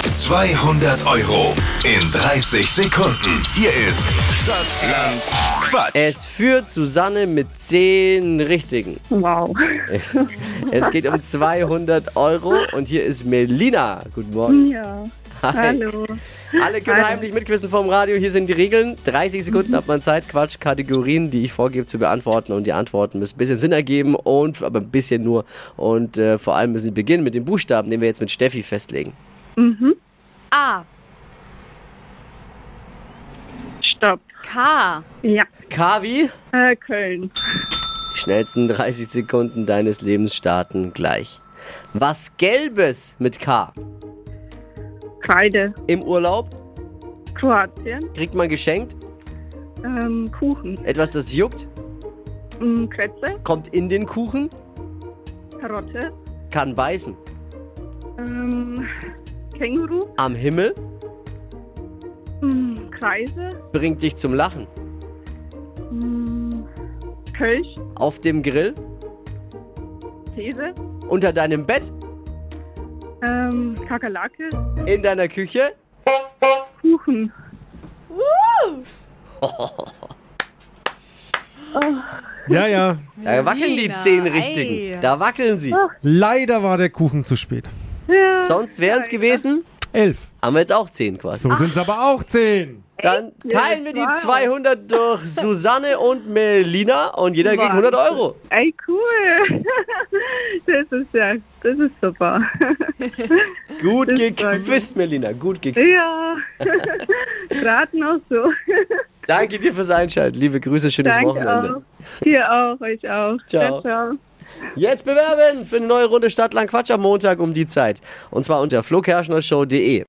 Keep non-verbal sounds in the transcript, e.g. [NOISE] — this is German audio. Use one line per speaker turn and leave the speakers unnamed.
200 Euro in 30 Sekunden. Hier ist Stadtland Quatsch.
Es führt Susanne mit 10 Richtigen.
Wow.
Es geht um 200 Euro und hier ist Melina. Guten Morgen.
[LAUGHS] Ja.
Hi.
Hallo.
Alle können
Hi.
heimlich mitquissen vom Radio. Hier sind die Regeln. 30 Sekunden hat man Zeit, Quatsch, Kategorien, die ich vorgebe zu beantworten. Und die Antworten müssen ein bisschen Sinn ergeben und aber ein bisschen nur. Und äh, vor allem müssen sie beginnen mit dem Buchstaben, den wir jetzt mit Steffi festlegen.
A.
Stopp.
K.
Ja.
Kavi,
Äh, Köln.
die schnellsten 30 Sekunden deines Lebens starten gleich. Was Gelbes mit K?
Kreide.
Im Urlaub
Kroatien.
kriegt man geschenkt.
Ähm, Kuchen.
Etwas, das juckt,
Ähm, Kretze.
kommt in den Kuchen,
Karotte.
kann beißen.
Ähm, Känguru.
Am Himmel
Ähm, Kreise.
bringt dich zum Lachen.
Ähm, Kölsch.
Auf dem Grill,
Käse.
unter deinem Bett,
Ähm, Kakerlake.
in deiner Küche.
Kuchen.
Ja, ja.
Da wackeln die
Nina,
zehn Richtigen.
ey.
Da wackeln sie.
Leider war der Kuchen zu spät.
Ja.
Sonst wären es gewesen,
Elf.
haben wir jetzt auch zehn quasi.
So sind's aber auch zehn.
Dann teilen wir die
Wow.
200
[LAUGHS]
durch Susanne und Melina und jeder kriegt 100 Euro.
Ey, cool. [LAUGHS] das ist ja, das ist super. [LAUGHS]
Gut
Das ist sehr gut.
gequist, Melina. Gut gequist.
ja. [LAUGHS] Gerade noch so.
Danke dir fürs Einschalten. Liebe Grüße, schönes
Danke
Wochenende.
auch. Dir auch, euch auch.
Ciao.
ciao. ciao.
Jetzt bewerben für eine neue Runde Stadtland Quatsch am Montag um die Zeit. Und zwar unter flokerschnershow.de.